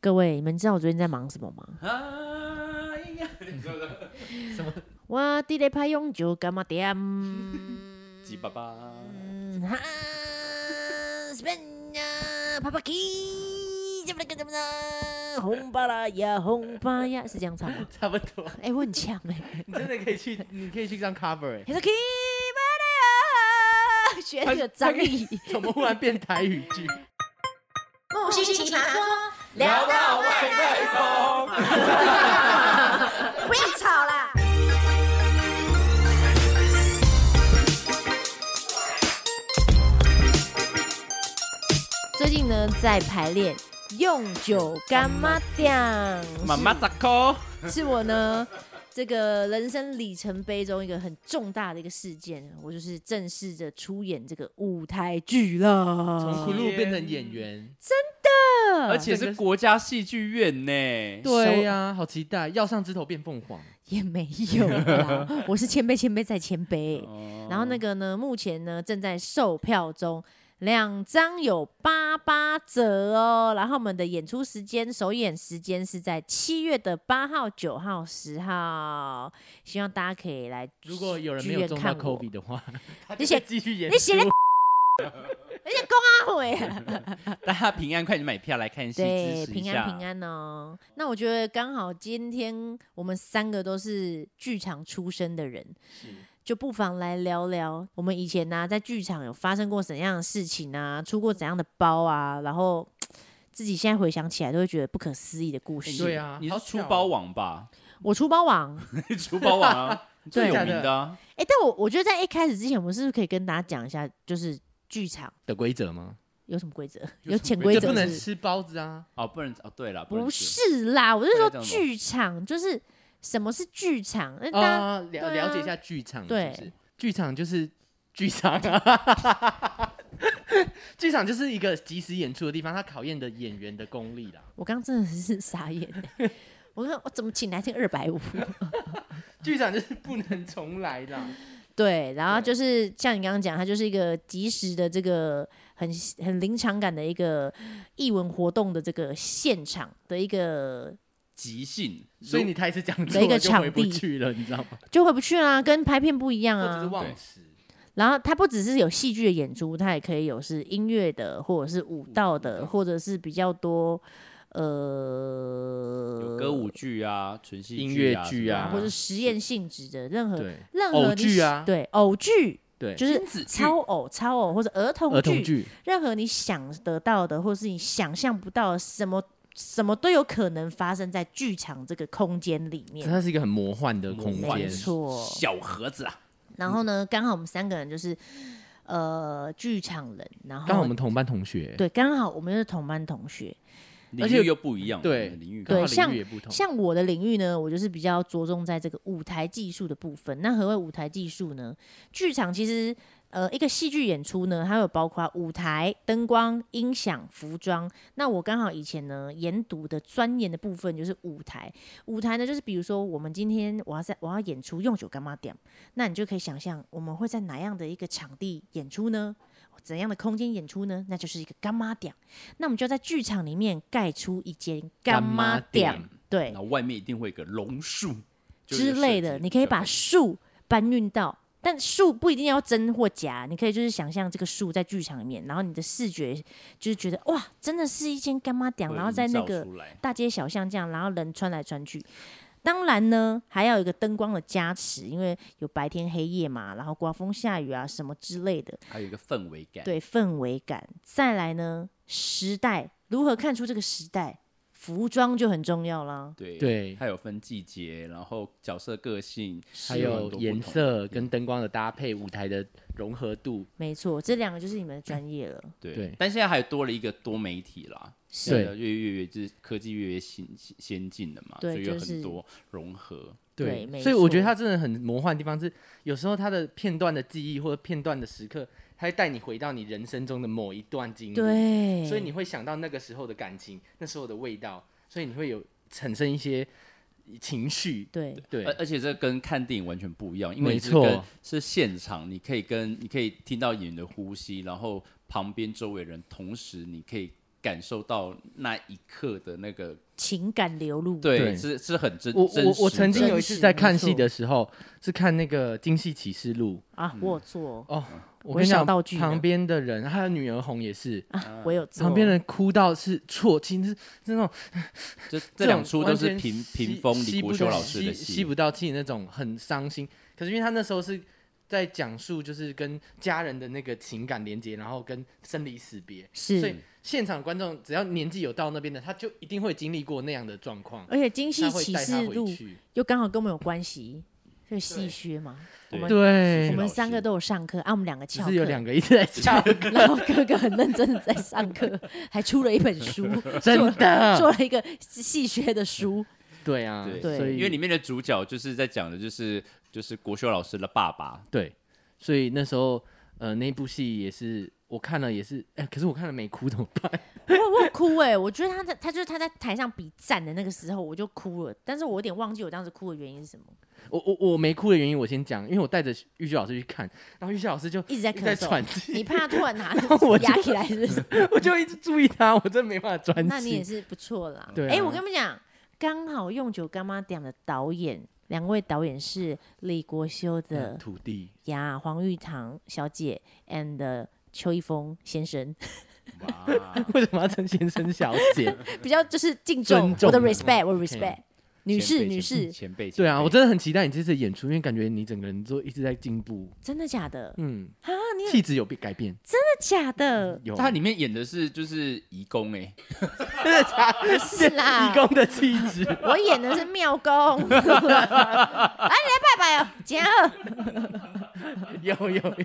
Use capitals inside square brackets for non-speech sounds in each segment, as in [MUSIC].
各位，你们知道我昨天在忙什么吗？哎呀，你知道吗我伫咧拍永久干嘛点？鸡巴巴，嗯哈，斯本呀，帕帕基，怎么了？怎么了？红巴拉呀，红巴呀，是这样唱吗？差不多。哎、我很强哎、欸，你真的可以去，你可以去当 cover 哎、还是 k i 学哎他这个他张可以力。怎么忽然变台语剧？木须奇葩说，聊到外太空，不要吵啦！最近呢，在排练用酒干嘛点？妈妈咋扣？是我呢，这个人生里程碑中一个很重大的一个事件，我就是正式的出演这个舞台剧从了。葫芦变成演员，呃而且整是个国家戏剧院呢。对啊呀、好期待！要上枝头变凤凰，也没有啦，我是谦卑，谦卑再谦卑。哦然后那个呢，目前呢正在售票中，两张有八八折哦。然后我们的演出时间、首演时间是在七月的八号、九号、十号，希望大家可以来。如果有人没剧有院中看到我 Kobe 的话，他你写就继续演出。你写了，人家公阿伟 [LAUGHS] 啊。大家平安，快点买票来看戏，对，支持一平下。安平安哦。那我觉得刚好今天我们三个都是剧场出身的人，就不妨来聊聊我们以前呢、在剧场有发生过怎样的事情啊，出过怎样的包啊，然后自己现在回想起来都会觉得不可思议的哎故事。对啊，你好是出巧包哦，王吧？我出包王，你出包王 [LAUGHS] 啊，最有真的假名的的啊。哎、但我我觉得在一开始之前，我们是不是可以跟大家讲一下，就是剧场的规则吗？有什么规则，有有什么潜规规就则不能是吃包子啊，哦，不能哦，对了，不能是啦，我是不能说这样吗剧场就是什么是剧场？那大家、哦啊，了、对啊了解一下剧场，对是不是？剧场就是剧场啊， [LAUGHS] 剧场就是一个即时演出的地方，它考验的演员的功力啦。我刚刚真的是傻 [LAUGHS] 眼欸、我看我怎么请来这个二百五？ [LAUGHS] 剧场就是 [LAUGHS] 不能重来的啊，对，然后对就是像你刚刚讲，它就是一个及时的这个很很临场感的一个艺文活动的这个现场的一个，即兴，所以你台词讲错一个了就回场不地去了，你知道吗？就回不去啦、跟拍片不一样或者是啊。忘词。然后它不只是有戏剧的演出，它也可以有是音乐的，或者是舞蹈的，或者是比较多有呃歌舞剧啊，纯戏音乐剧剧啊啊什么或的，者实验性质的任何对任何偶你剧喜啊对偶剧。对，就是亲子剧超偶、超偶或者儿童儿童剧，剧，任何你想得到的，或是你想象不到的，什么什么都有可能发生在剧场这个空间里面。它是一个很魔幻的空魔幻没间。错。小盒子啊，然后呢，刚好我们三个人就是呃剧场人，然后刚好我们同班同学，对，刚好我们又是同班同学。领而且域又不一样，对领域对刚感好像领域也不同。像我的领域呢，我就是比较着重在这个舞台技术的部分。那何谓舞台技术呢？剧场其实呃，一个戏剧演出呢，它有包括舞台、灯光、音响、服装。那我刚好以前呢，研读的钻研的部分就是舞台。舞台呢，就是比如说我们今天我要在我要演出用酒干妈点，那你就可以想象我们会在哪样的一个场地演出呢？怎样的空间演出呢？那就是一个干妈点，那我们就在剧场里面盖出一间干妈干点妈，对然，后外面一定会有个榕树就是之类的，设计你可以把对树搬运到，但树不一定要真或假，你可以就是想象这个树在剧场里面，然后你的视觉就是觉得哇，真的是一间干妈店，会然后在营那造个出来大街小巷这样，然后人穿来穿去。当然呢，还要有一个灯光的加持，因为有白天黑夜嘛，然后刮风下雨啊什么之类的，还有一个氛围感，对氛围感。再来呢，时代如何看出这个时代？服装就很重要啦。对对它有分季节，然后角色个性，还是很有多不颜同色跟灯光的搭配，舞台的融合度，没错，这两个就是你们的专业了。对，对但现在还多了一个多媒体啦，是对越越越就是科技越越先先进了嘛，对所以有就是很多融合，对没所以我觉得错它真的很魔幻的地方是，有时候它的片段的记忆或者片段的时刻，它会带你回到你人生中的某一段经历，，对，所以你会想到那个时候的感情，那时候的味道，所以你会有产生一些情绪，对对而，而且这跟看电影完全不一样，因为没你是错跟是现场，你可以跟你可以听到演员的呼吸，然后旁边周围人同时你可以感受到那一刻的那个，情感流露，对，对是是很真我真我我实曾的经有一次在看真戏实没的时候，是看那个《京戏启示录啊，我有做》，哦，嗯我我跟你想讲道具，呢旁边的人，还有女儿红也是，啊，我有做，旁边人哭到是啜泣，是是那种就这这种两出都完是全屏吸屏风吸李不国修到老师的吸吸戏，不到气那种很伤心。可是因为他那时候是在讲述就是跟家人的那个情感连接，然后跟生离死别，所以是。现场观众只要年纪有到那边的，他就一定会经历过那样的状况，而且《京戏他会启带他示回录》去。又刚好跟我们有关系，这个戏谑嘛，我对们对我们老三师个都有上课啊，我们两个只翘课是，有两个一直 [LAUGHS] 在翘课，然后哥哥很认真的在上 [LAUGHS] 课，还出了一本书，做真的。啊做了一个戏谑的书，对啊，对所以因为里面的主角就是在讲的就是就是国修老师的爸爸，对，所以那时候呃那部戏也是我看了也是，哎、可是我看了没哭怎么办？我我有哭哎、我觉得他在他就是他在台上比赞的那个时候我就哭了，但是我有点忘记我当时哭的原因是什么，我我我没哭的原因我先讲，因为我带着玉秀老师去看，然后玉秀老师就一直在一直在咳喘嗽，你气，怕突然拿我就压起来是不是？我就一直注意他，我真没办法专心。那你也是不错啦。对啊哎、我跟你们讲，刚好用酒干妈点的导演，两位导演是李国修的嗯土地，呀、黄玉堂小姐 and 邱一峰先生， [LAUGHS] 哇， [LAUGHS] [LAUGHS] 为什么要称先生小姐？ [LAUGHS] 比较就是敬重尊重我的啊 respect，我的 OK respect，女士女士，前辈，对啊，我这真的很期待你这次的演出，因为感觉你整个人都一直在进步，真的假的？真嗯，啊，你气质有变改变，的假的？有他里面演的是就是移工哎、 [LAUGHS] [LAUGHS] 是啦义，工的气质，我演的是妙公， [LAUGHS] 哎，你来拜拜哦，简二。 [LAUGHS] 有有有，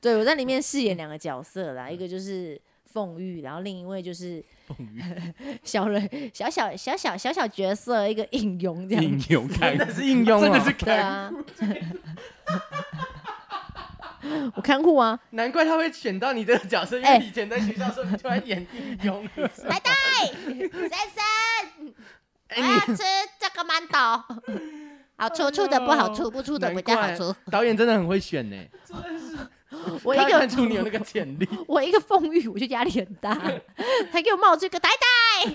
对，我在里嗯面饰演两个角色啦，一个就是凤玉，然后另一位就是凤玉 [LAUGHS] 小人小小小小小小角色，一个应勇这样应子。用看真 [LAUGHS] 的是应用、哦真的是，对啊，我看护啊，难怪他会选到你这个角色，因哎为以前在学校的时候，你突然演应 [LAUGHS] 用，拜拜，先生，我要吃这个馒头，好哎吃呦醋的不好吃，不出的比较好哎难吃。怪导演真的很会选呢，我一他看个出你有那个潜 [LAUGHS] 力。我一个凤玉，我就压力很 [LAUGHS] 大，还给我冒出一个呆呆，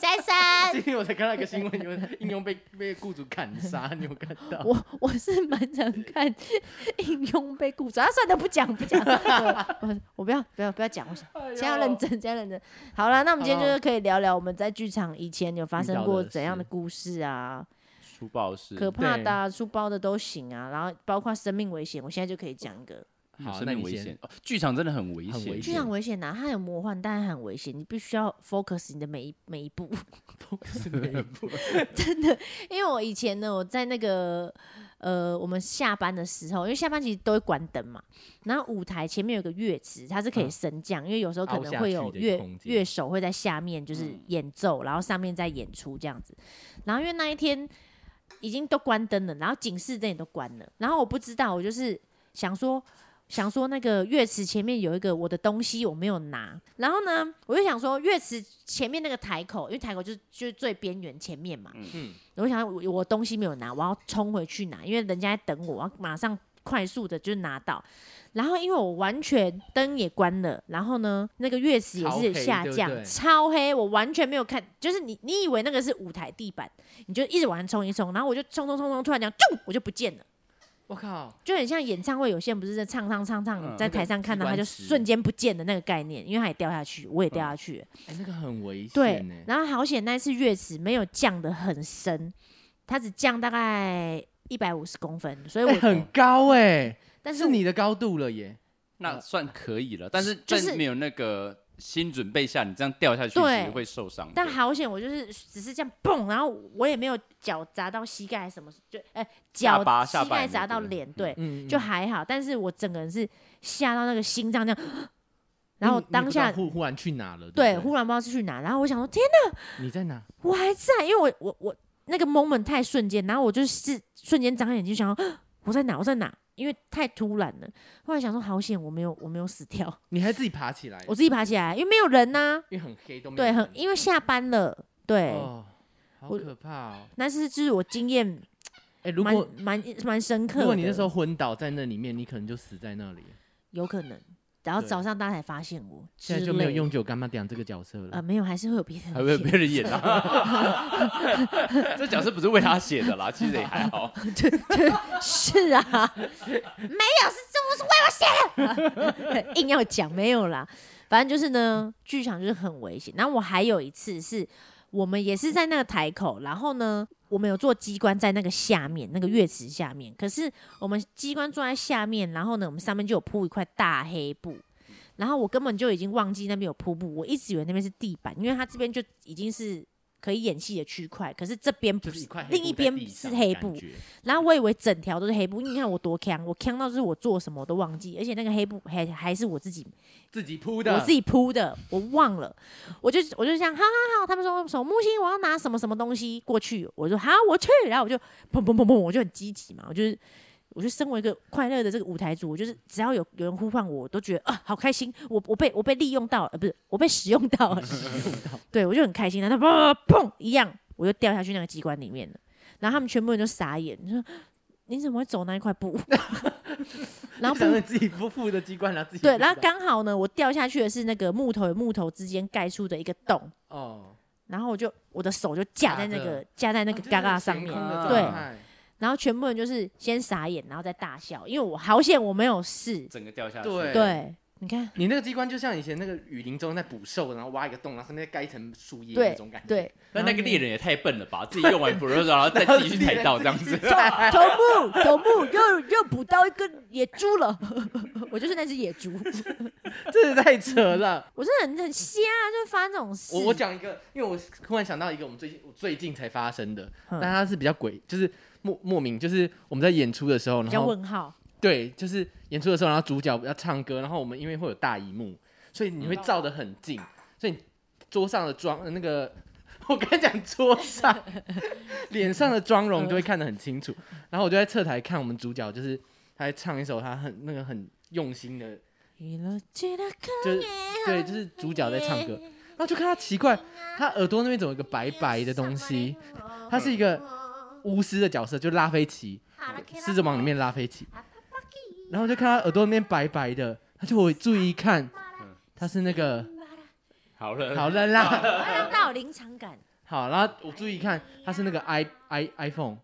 先生。今天我才看到一个新闻，有应用被 [LAUGHS] 被雇主砍杀，你有看 [LAUGHS] 到？我我是蛮常看应用被故事啊，算了，不讲不讲， [LAUGHS] 我我我不要不要不要讲，我想哎先要呦认真，先要认真。好了，那我们今天好就是可以聊聊我们在剧场以前有发遇生到过的怎样的事故事啊，书报是可怕对的、啊、书包的都行啊，然后包括生命危险，我现在就可以讲一个好生那命你危先险，哦剧场真的很危很危险，剧场危险呐、啊，它很魔幻，但它很危险，你必须要 focus 你的每一每一步。 [LAUGHS] 因为我以前呢，我在那个呃，我们下班的时候，因为下班其实都会关灯嘛，然后舞台前面有个乐池，它是可以嗯升降，因为有时候可凹能下会去有的一个乐空间嗯乐手会在下面就是演奏，然后上面在演出这样子。然后因为那一天已经都关灯了，然后警示灯也都关了，然后我不知道，我就是想说。想说那个乐池前面有一个我的东西我没有拿，然后呢，我就想说乐池前面那个台口，因为台口就是就是最边缘前面嘛，嗯，我想我我东西没有拿，我要冲回去拿，因为人家在等我，我要马上快速的就拿到。然后因为我完全灯也关了，然后呢，那个乐池也超是黑下对不降，对超黑，我完全没有看，就是你你以为那个是舞台地板，你就一直往上冲一冲，然后我就冲冲冲冲，突然讲，啾，我就不见了。 [LAUGHS] 我靠，就很像演唱会，有些人不是在唱唱唱唱，嗯在台上看到那他个就机关石瞬间不见的那个概念，因为他也掉下去，我也掉下去了，哎，那个很危对险欸呢，。然后好险那一次月池没有降的很深，它只降大概一百五十公分，所以我、哎，很高哎，但是我你的高度了耶。那算可以了，但是呃就是在没有那个心准备下，你这样掉下去对是会受伤的。但好险我就是只是这样蹦，然后我也没有脚砸到膝盖还是什么，就哎脚下巴下膝巴盖也没砸到对脸，对，嗯，就嗯还好，但是我整个人是吓到那个心脏这样， [GASPS] 然后你你当不知道下。忽忽然去哪了？对，不忽然不知道是去哪，然后我想说，天你在哪？我还在，因为我我我那个 moment 太瞬间，然后我就是瞬间张开眼睛想要， [GASPS] 我在哪？我在哪？因为太突然了。后来想说好险，我没有我没有死掉， [LAUGHS] 你还自己爬起来？我自己爬起来，因为没有人呐、因为很黑都没有对，很人因为下班了，对。嗯哦，好我可怕哦。但是就是我经验哎，如蛮果蛮蛮深刻的。如果你那时候昏倒在那里面，你可能就死在那里。有可能，然后对早上大家才发现我，现在之就没有类永久干妈点这个角色了。呃，没有，还是会有别的人还会写被人演啊？ [LAUGHS] [LAUGHS] 这角色不是为他写的啦，其实也还好。 [LAUGHS] 是啊，没有，是这不是为我写的， [LAUGHS] 硬要讲没有啦。反正就是呢，剧场就是很危险。然后我还有一次是，我们也是在那个台口，然后呢，我们有做机关在那个下面那个乐池下面，可是我们机关坐在下面，然后呢，我们上面就有铺一块大黑布。然后我根本就已经忘记那边有铺布，我一直以为那边是地板，因为它这边就已经是可以演戏的区块，可是这边不，就是是一块黑布另一边在地是上的黑感布，觉然后我以为整条都是黑布，因为你看我多坑，我坑到就是我做什么我都忘记，而且那个黑布还还是我自己自己铺的，我自己铺的，我忘了，我就我就想好好好，他们说什么木星我要拿什么什么东西过去，我就好我去，然后我就砰砰砰砰，我就很积极嘛，我就是。我就身为一个快乐的这个舞台组，我就是只要有有人呼唤我，我都觉得啊好开心，我我被我被利用到了，呃不是我被使用 [LAUGHS] 到了，对我就很开心。然后砰砰一样，我就掉下去那个机关里面了。然后他们全部人都傻眼，就说你怎么会走那一块 [LAUGHS] 布？ [LAUGHS] 然后想着 [LAUGHS] 自己铺铺的机关，然后自己对，不知然后道刚好呢，我掉下去的是那个木头与木头之间盖出的一个洞，哦，然后我就我的手就架在那卡个着哦架在那个就是嘎嘎悬上空面，的对状态然后全部人就是先傻眼，然后再大笑，因为我好险我没有事。整个掉下去。对对，你看，你那个机关就像以前那个雨林中在捕兽，然后挖一个洞，然后上面再盖一层树叶那对种感觉。 [LAUGHS] 对，那然那后呢个猎人也太笨了吧！自己用完 p r o 然后再自己去踩到这样子。头目，头目又又捕到一个野猪了， [LAUGHS] 我就是那只野猪，这太 [LAUGHS] 扯了。我真的很很瞎、啊，就发生这种事。我我讲一个，因为我突然想到一个我们最近我最近才发生的，嗯但它是比较鬼，就是莫莫名，就是我们在演出的时候，比然较后问号，对，就是演出的时候，然后主角要唱歌，然后我们因为会有大荧幕，所以你会照得很近，所以你桌上的妆呃那个。我刚才讲桌上 [LAUGHS] 脸上的妆容就会看得很清楚，然后我就在侧台看我们主角，就是他在唱一首他很那个很用心的娱乐记得看就是对，就是主角在唱歌，然后就看他奇怪，他耳朵那边怎么有一个白白的东西？他是一个巫师的角色，就拉菲奇，狮子王里面拉菲奇。然后就看他耳朵那边白白的，他就我注意一看嗯，他是那个好了，好了啦，我要到临场感，好，然后我注意一看，他是那个 i i iPhone。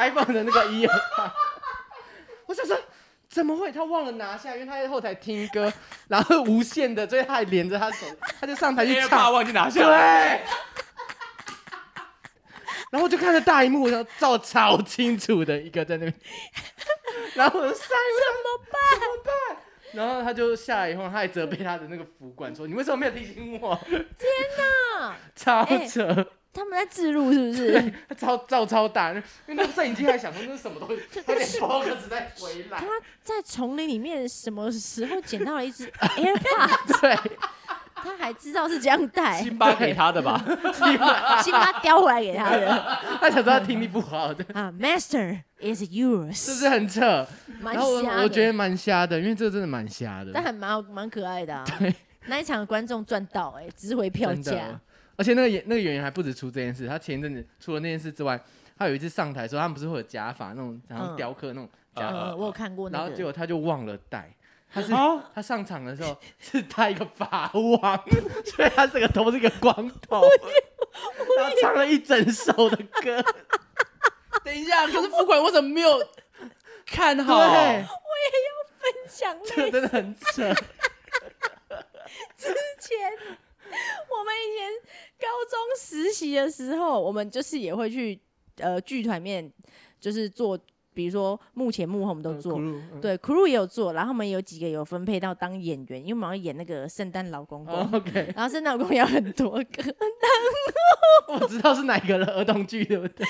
iPhone 的那个一二八，我想说怎么会？他忘了拿下，因为他在后台听歌，然后无线的，所以他还连着他手，他就上台去哎呀怕唱。忘记拿对 [LAUGHS] 下。来。，然后我就看着大荧幕，我想照超清楚的一个在那 [LAUGHS] 边，然后我就上怎么办？怎么办？然后他就下来以后，他还责备他的那个服管说：“你为什么没有提醒我？”啊， [LAUGHS] 超哎扯。他们在自录是不是？他超照超大，因为那个摄影机还想说那是什么东西，他得 focus 再回来他。在丛林里面什么时候捡到了一只 [LAUGHS] AirPod？ [LAUGHS] 对，他还知道是这样带，辛巴给他的吧？奇怪辛巴叼回来给他的他想说他听力不好的，啊，Master is 是 yours，不是很扯？蛮然后瞎我的我觉得蛮瞎的，因为这个真的蛮瞎的但，还蛮好蛮可爱的啊 [LAUGHS] 对。那一场观众赚到哎，值回票真价的。。啊而且那个演那个演员还不止出这件事，他前一阵子除了那件事之外，他有一次上台的时候，他们不是会有假发那种，然后嗯雕刻那种假发，呃，我有看过啊然那后结个，果他就忘了戴。他是、他上场的时候是戴一个法网，所以他整个头是一个光头，然后唱了一整首的歌。等一下，可是付款我怎么没有看好？对，想这个真的很扯。之前， [LAUGHS] 我们以前高中实习的时候，我们就是也会去呃剧团里面，就是做，比如说幕前幕后我们都做。嗯，对，crew 也有做，然后我们有几个有分配到当演员，因为我们要演那个圣诞老公公，哦 [LAUGHS] OK，然后圣诞老公公有很多个。 [LAUGHS] 我知道是哪一个了，儿童剧对不对？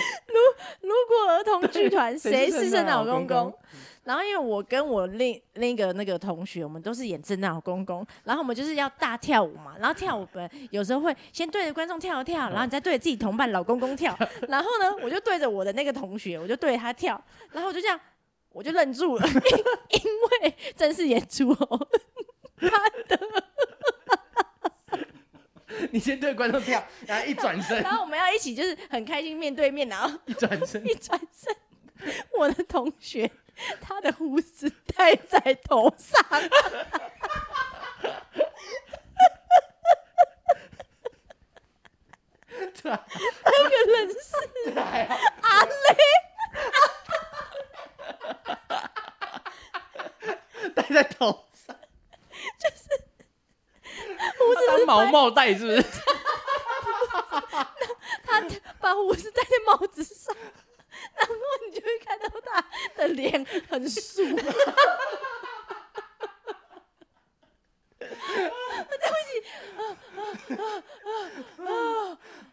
如果儿童剧团谁谁是是圣圣诞诞老老公公公公？然后因为我跟我另另一个那个同学，我们都是演圣诞老公公，然后我们就是要大跳舞嘛，然后跳舞本有时候会先对着观众跳一跳，然后你再对着自己同伴老公公 [LAUGHS] 跳，然后呢，我就对着我的那个同学，我就对着他跳，然后我就这样。我就愣住了，因 [LAUGHS] 因为正式演出哦，你先对观众跳，然后一转身然，后我们要一起就是很开心面对面，然后一转身一转身，我的同学他的胡子戴在头上，对啊，那个人是阿雷， [LAUGHS] 戴在头上，胡子当是毛白帽戴是不是？他把胡子戴在帽子上，然后你就会看到他的脸很素。对不起，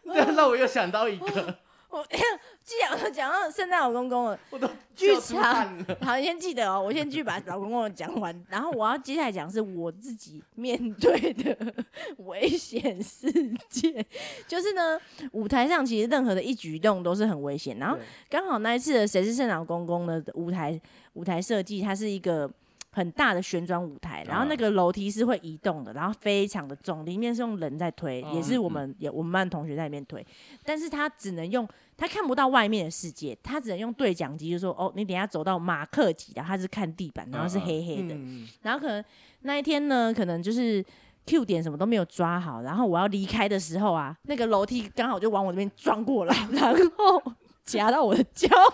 这样让我又想到一个，我 [LAUGHS] 既然我讲到圣诞老公公了，我都剧笑出汗场 [LAUGHS] 了。好，你先记得哦，我先去把老公公我讲完，然后我要接下来讲是我自己面对的危险事件，就是呢，舞台上其实任何的一举一动都是很危险，然后对刚好那一次的《谁是圣老公公》的舞台舞台设计，它是一个很大的旋转舞台，然后啊那个楼梯是会移动的，然后非常的重，里面是用人在推，哦也是我们也我们班同学在里面推，但是他只能用他看不到外面的世界，他只能用对讲机，就说哦，你等一下走到马克级，然后他是看地板，然后是嗯嗯黑黑的，嗯然后可能那一天呢，可能就是。Q 点什么都没有抓好，然后我要离开的时候啊，那个楼梯刚好就往我这边撞过来， [LAUGHS] 然后夹到我的脚，然后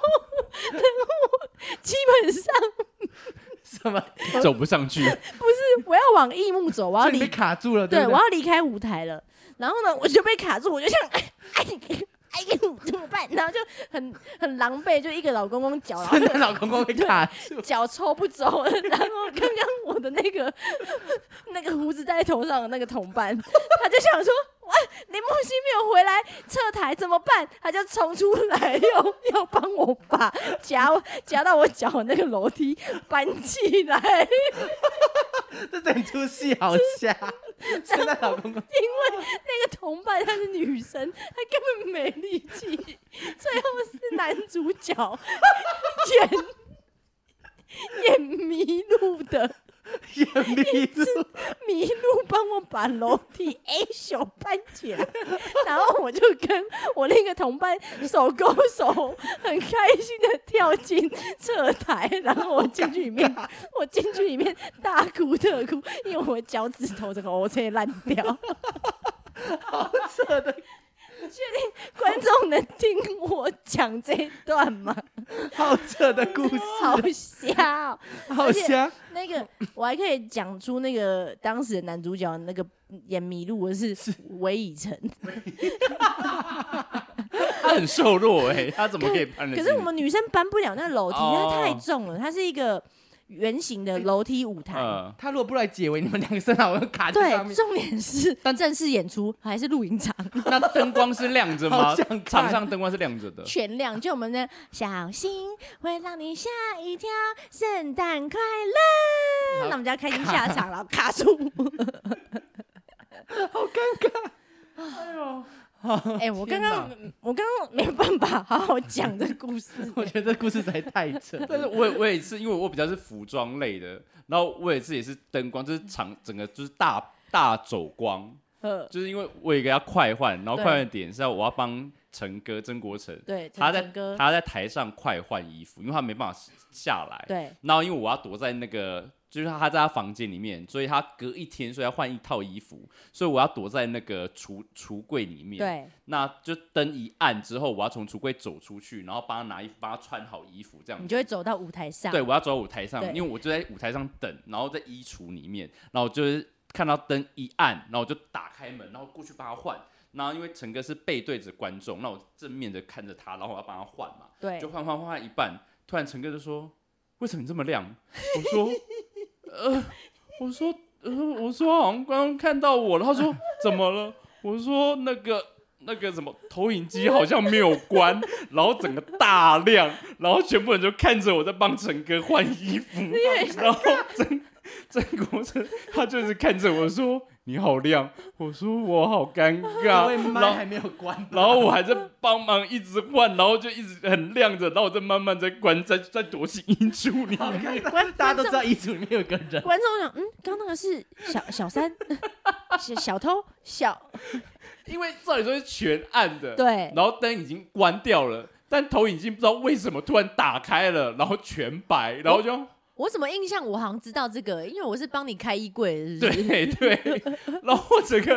我基本上什么？走不上去，我要往异木走，我要所以你离被卡住了，对，不我要离开舞台了。然后呢，我就被卡住，我就想，哎哎哎呦，怎么办？然后就很很狼狈，就一个老公公脚，然后圣诞老公公被卡住，脚抽不走， [LAUGHS] 然后刚刚我的那个那个胡子戴在头上的那个同伴，他就想说，哇，林梦欣没有回来， [LAUGHS] 撤台怎么办？他就冲出来，又要帮我把夹夹到我脚的那个楼梯搬起来，因这整出戏好瞎。圣诞老公公为那个同伴她是女生，她根本没力气，最后是男主角 [LAUGHS] 演演迷路的。也迷住，迷路帮我把楼梯 [LAUGHS] A 手搬起来，然后我就跟我另一个同伴手勾手，很开心的跳进侧台，然后我进去里面，我进去里面大哭特哭，因为我脚趾头整个 O C 烂掉，好扯的。确定观众能听我讲这一段吗？好扯的故事，好笑哦、好瞎。那个我还可以讲出那个当时的男主角那个演迷路的是韦以诚，他很瘦弱哎、他怎么可以搬得可进去？是我们女生搬不了那楼梯，哦它太重了，它是一个圆形的楼梯舞台。嗯，他如果不来解围，你们两个圣诞老公公卡在上对，面，重点是但正式演出还是露营场那灯光是亮着吗好想看？场上灯光是亮着 [LAUGHS] 的。全亮，就我们的小心会让你吓一跳，圣诞快乐，然后那我们就要开心下场 [LAUGHS] 了，卡住。好尴尬。哎、我刚刚天哪我刚刚没办法好好讲这故事、 [LAUGHS] 我觉得这故事实在太扯了。但是我也我也是，因为我比较是服装类的，然后我也是也是灯光，就是场整个就是大大走光，呃就是因为我有一个要快换，然后对快换的点是要我要帮陈哥曾国成，对，他在陈哥，他在台上快换衣服，因为他没办法下来，对，然后因为我要躲在那个，就是他在他房间里面，所以他隔一天，所以要换一套衣服，所以我要躲在那个橱橱柜里面。，对，那就灯一暗之后，我要从橱柜走出去，然后帮他拿衣服，帮他穿好衣服，这样你子。就会走到舞台上。对，我要走到舞台上对，因为我就在舞台上等，然后在衣橱里面，然后我就是看到灯一暗，然后我就打开门，然后过去帮他换。然后因为陈哥是背对着观众，那我正面的看着他，然后我要帮他换嘛。对就，换换换换一半，突然陈哥就说：“为什么你这么亮？”我说：“呃，我说呃，我说好像刚刚看到我了。”他说：“怎么了？”我说：“那个那个什么投影机好像没有关，然后整个大亮，然后全部人就看着我在帮陈哥换衣服，然后曾曾国成他就是看着我说。”你好亮，我说我好尴 [LAUGHS] 因尬，为啊然后麦还没有关，然后我还在帮忙一直换，然后就一直很亮着，然后我再慢慢再关，再再躲进衣橱里 [LAUGHS] 面。观大家都知道衣橱里面有个人，观众想，嗯，刚刚那个是小小三， [LAUGHS] 小小偷，小 [LAUGHS] 因为照理说是全暗的，对然后灯已经关掉了，但投影镜不知道为什么突然打开了，然后全白，然后就我怎么印象我好像知道这个，因为我是帮你开衣柜，是不是？对对， [LAUGHS] 然后我整个，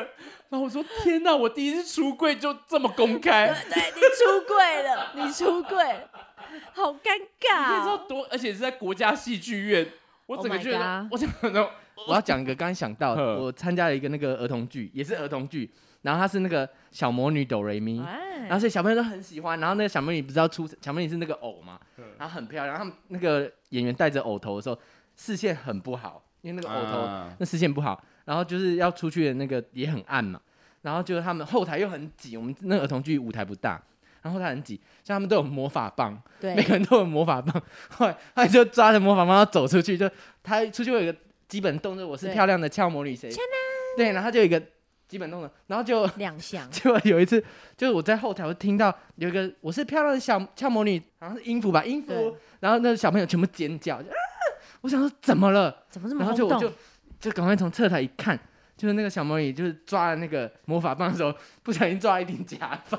然后我说天哪，我第一次出柜就这么公开，你 [LAUGHS] 对你出柜了，你出柜了，好尴可以知尬道哦。多，而且是在国家戏剧院，我 Oh 整个 my 觉得 God，我整个那种我要讲一个，刚刚想到的，呵我参加了一个那个儿童剧，也是儿童剧，然后它是那个小魔女哆瑞咪，然后哎，所以小朋友都很喜欢，然后那个小魔女不是要出，小魔女是那个偶嘛嗯，然后很漂亮，然后他们那个演员戴着偶头的时候，视线很不好，因为那个偶头、啊那视线不好，然后就是要出去的那个也很暗嘛，然后就是他们后台又很挤，我们那个儿童剧舞台不大，然后后台很挤，像他们都有魔法棒，对每，个人都有魔法棒， [LAUGHS] 后来他就抓着魔法棒要走出去，就他出去会有一个基本动作，我是对漂亮的俏魔女谁，对，然后他就有一个基本动作，然后就 [LAUGHS] 亮相结果有一次，就是我在后台我听到有一个我是漂亮的小俏魔女，好像是音符吧，音对符，然后那小朋友全部尖叫，就啊！我想说怎么了，怎么这么然后就轰我就动？就赶快从侧台一看。就是那个小魔女，就是抓了那个魔法棒的时候，不小心抓了一顶假发，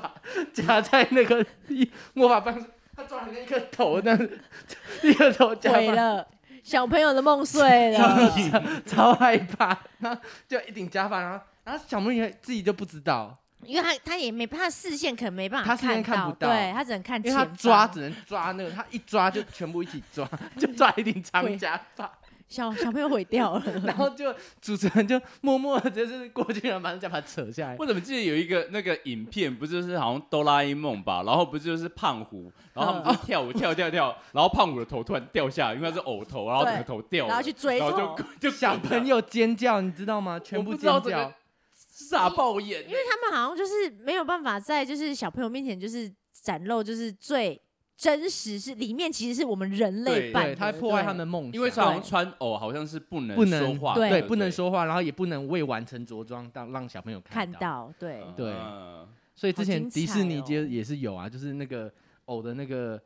夹在那个一魔法棒，她抓了一个头，那样子， [LAUGHS] 一个头夹毁发，了，小朋友的梦碎 [LAUGHS] 了。超害怕，然后就一顶假发，然后然后小魔女自己就不知道，因为他他也没他视线可能没办法他视线看看不到对他只能看因前为他方抓只能抓那个，他一抓就全部一起抓， [LAUGHS] 就抓一顶长假 [LAUGHS] 发，小小朋友毁 [LAUGHS] 掉了，然后就主持人就默默地就是过去，然后把那假发扯下来。我怎么记得有一个那个影片，不就是好像哆啦 A 梦吧？然后不就是胖虎，然后他们就跳舞跳跳跳，然后胖虎的头突然掉下来，因为他是偶头，然后整个头掉了，然后去追 [LAUGHS] 然后头就，就小朋友尖叫，你知道吗？全部不知尖道这叫个，傻爆眼欸、因为他们好像就是没有办法在就是小朋友面前就是展露就是最真实是里面其实是我们人类对版对，的，他会破坏对他们的梦想，因为好像穿偶好像是不能不能说话的，对对不能说话，然后也不能未完成着装到让小朋友看到。到对，对嗯所以之好前精迪士尼彩哦街也是有啊，就是那个偶的那个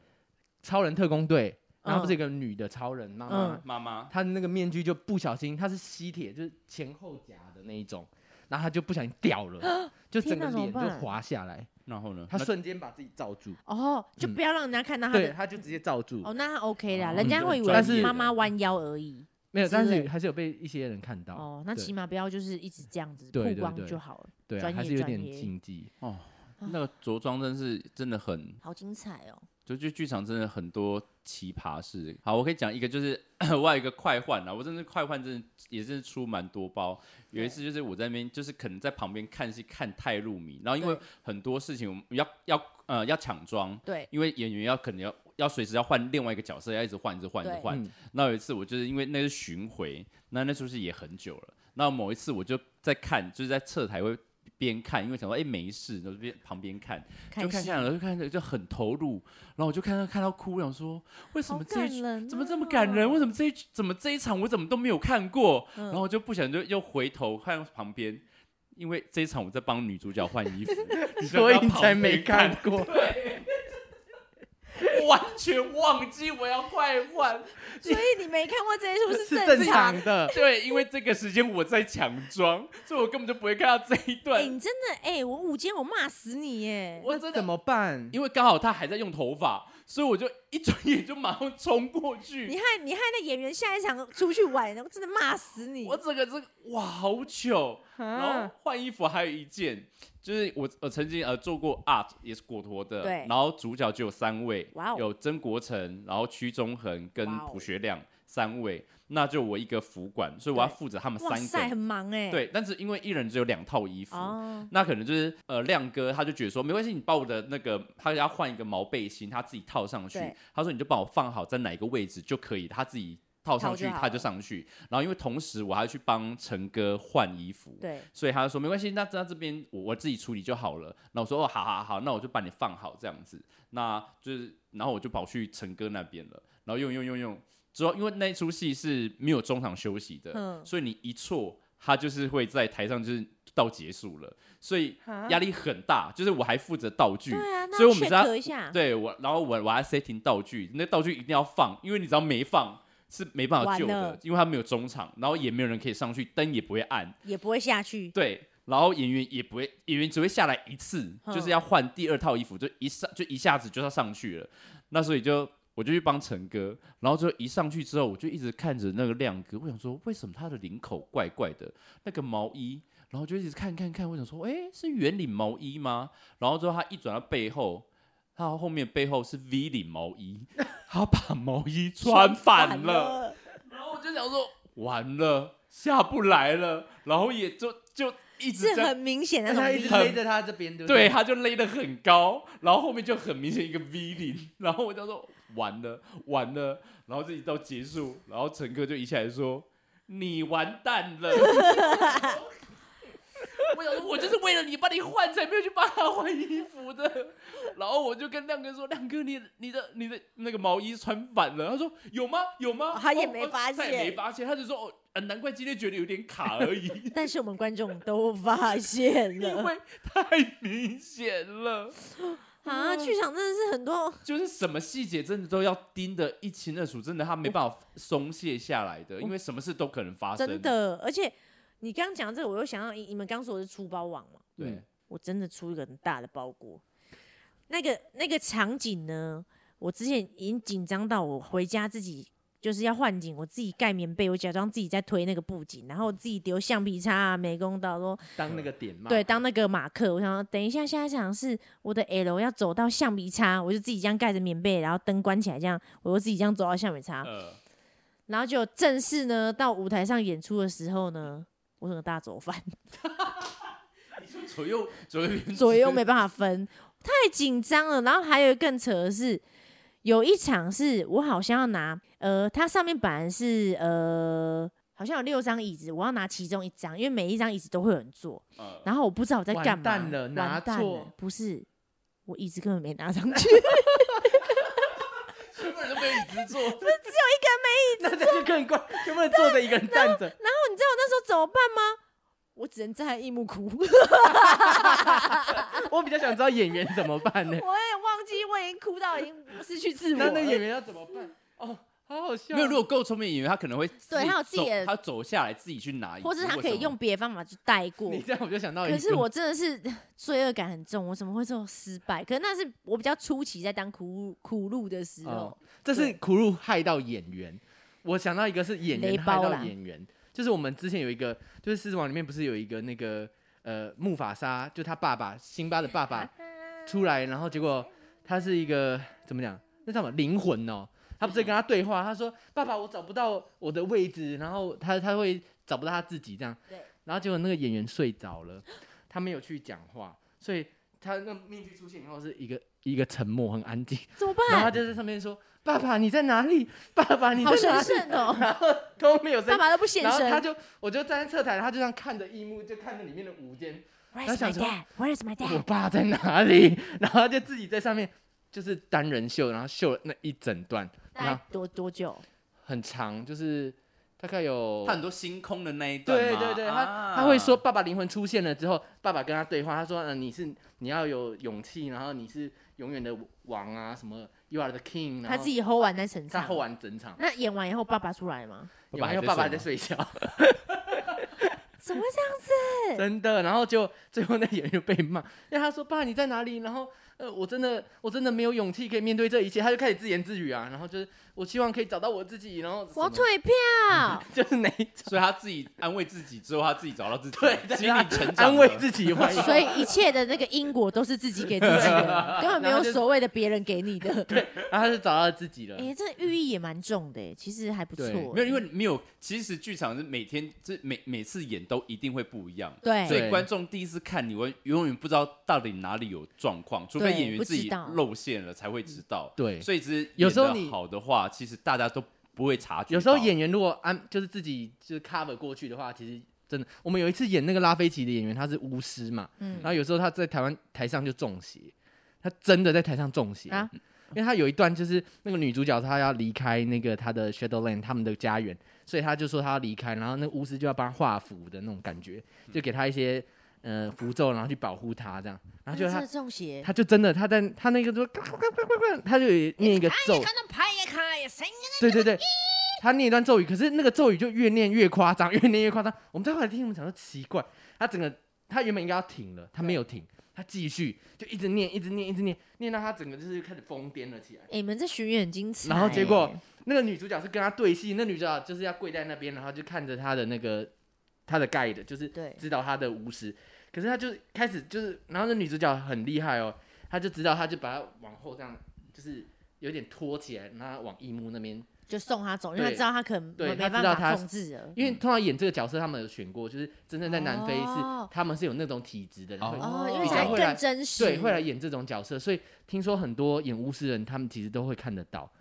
超人特工队，然后不是有个女的超人妈妈嗯，妈妈他的那个面具就不小心，它是吸铁，就是前后夹的那一种，然后他就不小心掉了，就整啊天哪个怎么脸就办滑下来，然后呢？他啊那瞬间把自己罩住，哦，就嗯不要让人家看到他对，的他就直接罩住，啊哦，那他 OK 啦，哦人家嗯会以但是为妈妈弯腰而已没有，之但是类还是有被一些人看到，哦，那对起码不要就是一直这样子对曝对光对就好了，对啊，专业还是有专点业禁忌。哦，那个着装真是真的很好精彩哦，就就剧场真的很多奇葩事。好，我可以讲一个，就是 [COUGHS] 我有一个快换啊，我真的快换真的也是出蛮多包。有一次就是我在那边，就是可能在旁边看戏看太入迷，然后因为对很多事情我们要要呃要抢妆，对，因为演员要可能要要随时要换另外一个角色，要一直换一直换一对直换嗯。那有一次我就是因为那是巡回，那那出戏也很久了。那某一次我就在看，就是在侧台会边看，因为想说哎、没事，我就边旁边看。就看看戏下来了，就看着就很投入，然后我就看他看到哭，我想说为什好么这感一人，哦怎么这么感人？？为什么这一怎么这一场我怎么都没有看过？嗯然后我就不想就又回头看旁边，因为这一场我在帮女主角换衣服，所以你你才没看看，过，我 [LAUGHS] 完全忘记我要快换。所以你没看过这一 [LAUGHS] 出是正正常 [LAUGHS] 的。对，因为这个时间我在抢妆，所以我根本就不会看到这一哎、段。你真的哎、我午间我骂死你耶！我那真的怎么办？因为刚好她还在用头发，所以我就一转眼就马上冲过去。你害你害那演员下一场出去玩，我真的骂死你！啊我整个这哇好糗，嗯然后换衣服还有一件，就是我我曾经呃做过 art 也是果陀的，对然后主角就有三位，哇哦有曾国成，然后屈中恒跟哇哦朴学亮三位，那就我一个服管，所以我要对负责他们哇塞，三很个，忙哎。对，但是因为一人只有两套衣服，哦，那可能就是呃，亮哥他就觉得说没关系，你把我的那个他要换一个毛背心，他自己套上去对。他说你就帮我放好在哪一个位置就可以，他自己套上去套就好了他就上去。然后因为同时我还要去帮陈哥换衣服，对，所以他就说没关系，那那这边我我自己处理就好了。那我说哦，好好好，那我就把你放好这样子。那就是，然后我就跑去陈哥那边了，然后用用用用，之后因为那一出戏是没有中场休息的，嗯所以你一错，他就是会在台上就是到结束了，所以压力很大。就是我还负责道具，对啊，那所以我们是要 check 一下，对我，然后我我还 setting 道具，那道具一定要放，因为你只要没放是没办法完救了的，因为他没有中场，然后也没有人可以上去，灯也不会暗，也不会下去。对，然后演员也不会，演员只会下来一次，嗯就是要换第二套衣服，就一上就一下子就要上去了。那所以就我就去帮陈哥，然后就一上去之后，我就一直看着那个亮哥，我想说为什么他的领口怪怪的，那个毛衣，然后就一直看看看，我想说，哎，是圆领毛衣吗？然后之后他一转到背后。他后面背后是 V 领毛衣，他把毛衣穿反了，了，然后我就想说，完了，下不来了，然后也就就一直是在，很明显的但那他种一直力很勒着他这边，对不对，啊对？他就勒得很高，然后后面就很明显一个 V 领，然后我就说完了完了，然后这一到结束，然后陈哥就一下来说你完蛋 [LAUGHS] 了。我想说，我就是为了你帮你换，才没有去帮他换衣服的。然后我就跟亮哥说：“亮哥，你你的你的那个毛衣穿反了。”他说：“有吗？有吗？”哦他也哦没哦发他也没现发现，他就说：“哦，呃难怪今天觉得有点卡而已。” [LAUGHS] 但是我们观众都发 [LAUGHS] 现因了为太明显了，啊！剧场真的是很多就是什么细节真的都要盯得一清二楚，真的他没办法松懈下来的，因为什么事都可能发生。真，的，而且你刚刚讲这个，我又想到你你们刚说我是出包王嘛，对，我真的出一个很大的包裹。那个那个场景呢，我之前已经紧张到我回家自己就是要换景，我自己盖棉被，我假装自己在推那个布景，然后我自己丢橡皮擦啊、美工刀说当那个点嘛，对，当那个马克，我想说等一下下一场是我的 L 要走到橡皮擦，我就自己这样盖着棉被，然后灯关起来，这样我就自己这样走到橡皮擦，呃，然后就正式呢到舞台上演出的时候呢，我整个大走 [LAUGHS] 反，左右左右边左右没办法分，太紧张了。然后还有更扯的是，有一场是我好像要拿，呃，它上面本来是呃。好像有六张椅子，我要拿其中一张，因为每一张椅子都会有人坐。 [LAUGHS] 呃，然后我不知道我在完干嘛，蛋了完拿蛋错了不是，我椅子根本没拿上去， [LAUGHS] 全部人都没有椅子坐， [LAUGHS] [LAUGHS] 那那就更怪，全部人坐着一个人站着，你知道我那时候怎么办吗？我只能站在一幕哭， [LAUGHS] 我我比较想知道演员怎么办呢 [LAUGHS] 也？忘记我已经哭到已经失去自我那那了。演员要怎么办？哦，好好笑。没有。如果够聪明的演员，他可能会对他有自己的他走下来自己去拿椅子，或是他可以用别的方法去带过哦你。这样我就想到一个，可是我真的是 [LAUGHS] 罪恶感很重，我怎么会这么失败？可是那是我比较初期在当苦苦路的时候哦，，这是苦路害到演员。我想到一个是演雷员害包啦到演员，就是我们之前有一个，就是《狮子王》里面不是有一个那个呃木法沙，就他爸爸辛巴的爸 [LAUGHS] 爸出来，然后结果他是一个怎么讲？那叫什么灵魂哦？他不是跟他对话，他说：“爸爸，我找不到我的位置。”然后他他会找不到他自己这样对，然后结果那个演员睡着了，他没有去讲话，所以他那面具出现以后是一个一个沉默，很安静。怎么然后他办？就在上面说：“爸爸，你在哪里？爸爸，你在好神哪里圣哦、？”然后都没有声爸音。爸都不现然后他身。就，我就站在侧台，他就这样看着一幕，就看着里面的舞间，他 Where's 想 my 说哦 dad? Where's my 我 dad? 爸在哪里？然后他就自己在上面，就是单人秀，然后秀了那一整段，大然概后多多久？很长，就是大概有他很多星空的那一段对嘛对对，他啊他会说爸爸灵魂出现了之后，爸爸跟他对话，他说：“嗯、你是你要有勇气，然后你是永远的王啊，什么 You are the king。”他自己嗯 hold 完在成他场后。完整场，那演完以后，爸爸出来吗？爸爸有没有还在爸爸睡在吗睡觉？怎么会这样？ [LAUGHS] 真的，然后就最后那演员就被骂，因为他说爸你在哪里？然后呃我真的我真的没有勇气可以面对这一切，他就开始自言自语啊，然后就是我希望可以找到我自己，然后什我要么退票。就是那一 [LAUGHS] 种所以他自己安慰自己之后，他自己找到自己，对，心理成长了，安慰自己怀疑，所以一切的那个因果都是自己给自己的，根本没有所谓的别人给你的。 [LAUGHS] [LAUGHS] 对，然后他就找到自己了哎、，这寓意也蛮重的、其实还不错、对没有，因为没有，其实剧场是每天这每每次演都一定会不一样。对所以对观众第一次看你，我永远不知道到底哪里有状况，除非对演员不自己知道露馅了才会知道。对所以其实有时候演得你好的话，其实大家都不会察觉到。有时候演员如果安就是自己就是 cover 过去的话，其实真的，我们有一次演那个拉菲奇的演员，他是巫师嘛，嗯然后有时候他在台湾台上就中邪，他真的在台上中邪，啊因为他有一段就是那个女主角她要离开那个她的 Shadowland 他们的家园，所以他就说他要离开，然后那个巫师就要帮他画符的那种感觉，就给他一些呃符咒，然后去保护他这样，然后就嗯这他。中邪，他就真的，他在他那个就呱呱呱呱呱，他就念一个咒，那拍一开，谁对对对，他念一段咒语，可是那个咒语就越念越夸张，越念越夸张。我们再后来听，我们想说奇怪，他整个他原本应该要停了，他没有停，他继续就一直念，一直念，一直念，念到他整个就是开始疯癫了起来。哎、你们这巡演很精彩欸。然后结果那个女主角是跟他对戏，那女主角就是要跪在那边，然后就看着他的那个他的 guide，就是对知道他的巫师。可是他就开始就是，然后那女主角很厉害哦，她就知道，她就把他往后这样，就是有点拖起来，然后她往异幕那边。就送他走，因为他对知道他可能对没他办知道法他控制了。因为通常演这个角色，他们有选过，就是真正在南非是、哦他们是有那种体质的人，会哦，因为比较才会来更真实。对，会来演这种角色，所以听说很多演巫师人，他们其实都会看得到。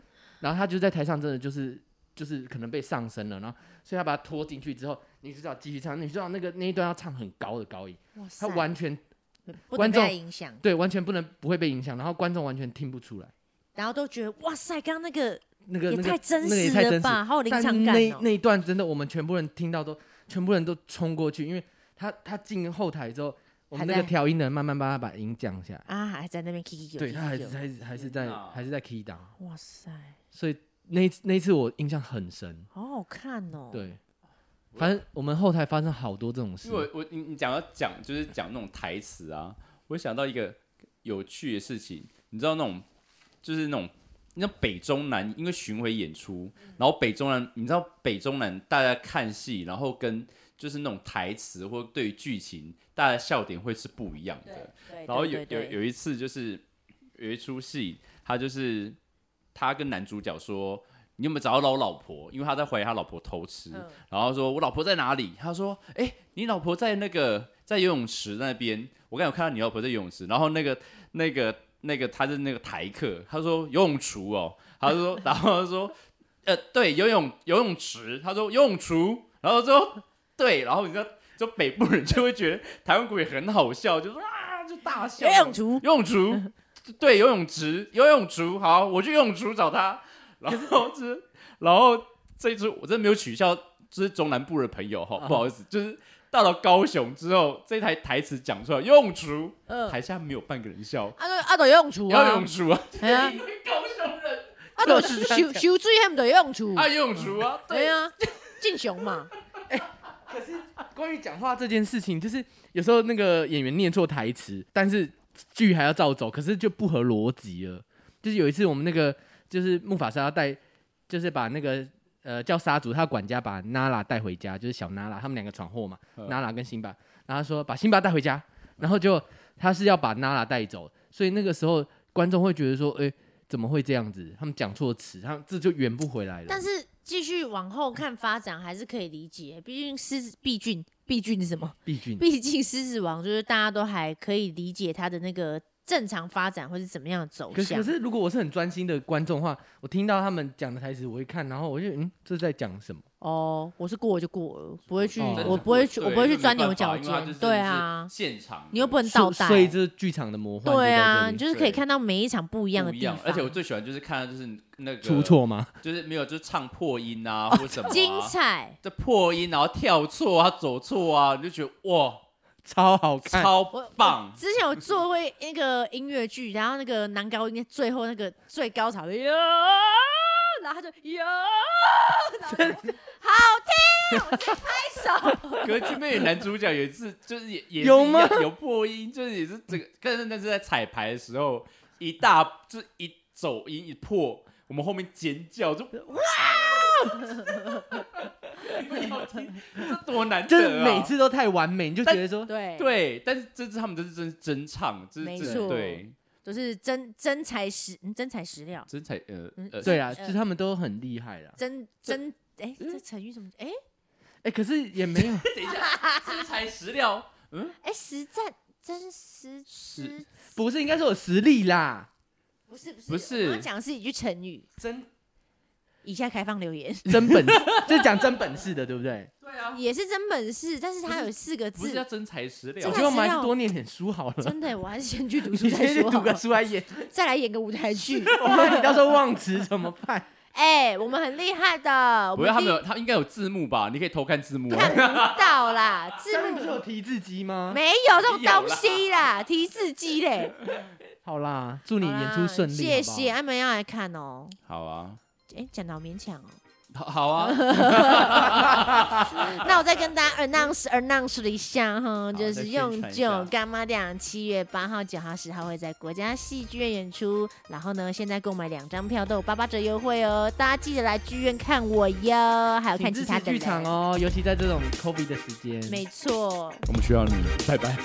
然后他就在台上真的就是就是可能被上身了，然后所以他把他拖进去之后，女主角继续唱，女主角那个那一段要唱很高的高音，哇塞她完全不能观被众他影响，对完全不能不会被影响，然后观众完全听不出来，然后都觉得哇塞，刚刚那个那个也那个太真那个也实太真了实吧，好有临但场感那哦。那一段真的，我们全部人听到都，全部人都冲过去，因为他他进后台之后，我们还那个在调音的人慢慢帮他把音降下来，啊，还在那边 k i 对他还是还是还是天在哪还是在 key down，哇塞，所以那一次那一次我印象很深，好好看哦。，对，反正我们后台发生好多这种事因，为我我你你讲要讲就是讲那种台词啊，我想到一个有趣的事情，你知道那种就是那种。你知道北中南因为巡回演出，嗯然后北中南，你知道北中南大家看戏，然后跟就是那种台词或对于剧情，大家的笑点会是不一样的。然后有有有一次就是有一出戏，他就是他跟男主角说：“你有没有找到我老婆？”因为他在怀疑他老婆偷吃，嗯然后说：“我老婆在哪里？”他说：“哎、你老婆在那个在游泳池那边。我刚才有看到你老婆在游泳池。”然后那个那个那个他是那个台客，他说：“游泳池哦。”他说，然后他说：“呃，对，游泳游泳池。”他说：“游泳池。”然后说：“对。”然后你知道。就北部人就会觉得台湾国语很好笑，就说啊，就大笑。游泳 [LAUGHS] 池游泳池，对，游泳池，游泳池，好，我去游泳池找他。然后就是，然后这一次我真的没有取笑，就是中南部的朋友嗯哈，不好意思，就是到了高雄之后，这台台词讲出来，游泳池，嗯，台下没有半个人笑，阿斗阿斗游泳池要游啊泳，池啊，哎呀，啊高雄人阿斗修修水他们的游泳池，啊，游泳池啊，对对，啊，进雄嘛，可是关于讲话这件事情，就是有时候那个演员念错台词，但是剧还要照走，可是就不合逻辑了。就是有一次我们那个就是木法沙要带，就是把那个呃叫沙族他的管家把娜拉带回家，就是小娜拉他们两个闯祸嘛，嗯娜拉跟辛巴，然后他说把辛巴带回家，然后就他是要把娜拉带走，所以那个时候观众会觉得说，哎、怎么会这样子？他们讲错词，他们这就圆不回来了。但是继续往后看发展还是可以理解，毕竟狮子毕竟毕竟是什么？毕竟毕竟狮子王就是大家都还可以理解它的那个正常发展会是怎么样的走可是可向。是，如果我是很专心的观众的话，我听到他们讲的台词，我会看，然后我就嗯，这是在讲什么？哦，我是过就过了，不会去，哦我不会去，我不会去钻牛角对因为尖他。对啊就是，现场你又不能倒所带所。以这是剧场的魔幻。对啊，啊你，就是可以对看到每一场不一一样的不一地方样，，而且我最喜欢就是看到就是那个出，错吗？就是没有就是唱破音啊或什么啊哦精彩。这破音，然后跳错啊，走错啊，你就觉得哇，超好看，超我我棒！之前我做过那个音乐剧，然后那个男高音最后那个最高潮的哟，然后他就哟，然后好听，我就拍手。歌剧魅影男主角有一次就是也也是有吗一样有破音，就是也是这个，但是那是在彩排的时候，一大就是一走音一破，我们后面尖叫就哇！你们要听这多难 [LAUGHS] 就得是啊！每次都太完美，你就觉但得说，对， [LAUGHS] 对，但是这次他们这是真真唱，这没是真错对就是真真材实嗯真材实料，真才呃嗯呃对啊，呃就是他们都很厉害 [LAUGHS] 啦。真真哎，嗯这成语怎么哎哎，可是也没有， [LAUGHS] 等一下真材实料，嗯，哎实战真实实不是应该说有实力啦，不是不是不是我刚刚讲的是一句成语，真以下开放留言 [LAUGHS] 真本事，这讲真本事的，对不对？对啊，也是真本事，但是它有四个不是要啊字，真材实料我真材觉得我们还实是料多念点书好了。啊真的啊我还是先去读书 [LAUGHS] 你再先去说好读个了，书 [LAUGHS] 来演，再来演个舞台剧。我怕你到时候忘词怎么办？哎、我们很厉害的，我不要，们第他们一有，他应该有字幕吧？你可以偷看字幕、哦看啊。不到啦，字上面不是有幕提字机吗？没有这种东西啦，提字机嘞。好啦，祝祝你演出顺利。啊谢好不好谢，。安们要来看哦、 [LAUGHS] 好啊，哎、讲到勉强哦、好好啊，那我再跟大家 announce announce 了一下哈，就再是宣用传一九下干妈店七月八号、九号、十号会在国家戏剧院演出，然后呢，现在购买两张票都有八八折优惠哦，大家记得来剧院看我哟，还有看请其支他持的剧人场。哦，尤其在这种 COVID 的时间。没错。我们需要你，拜拜。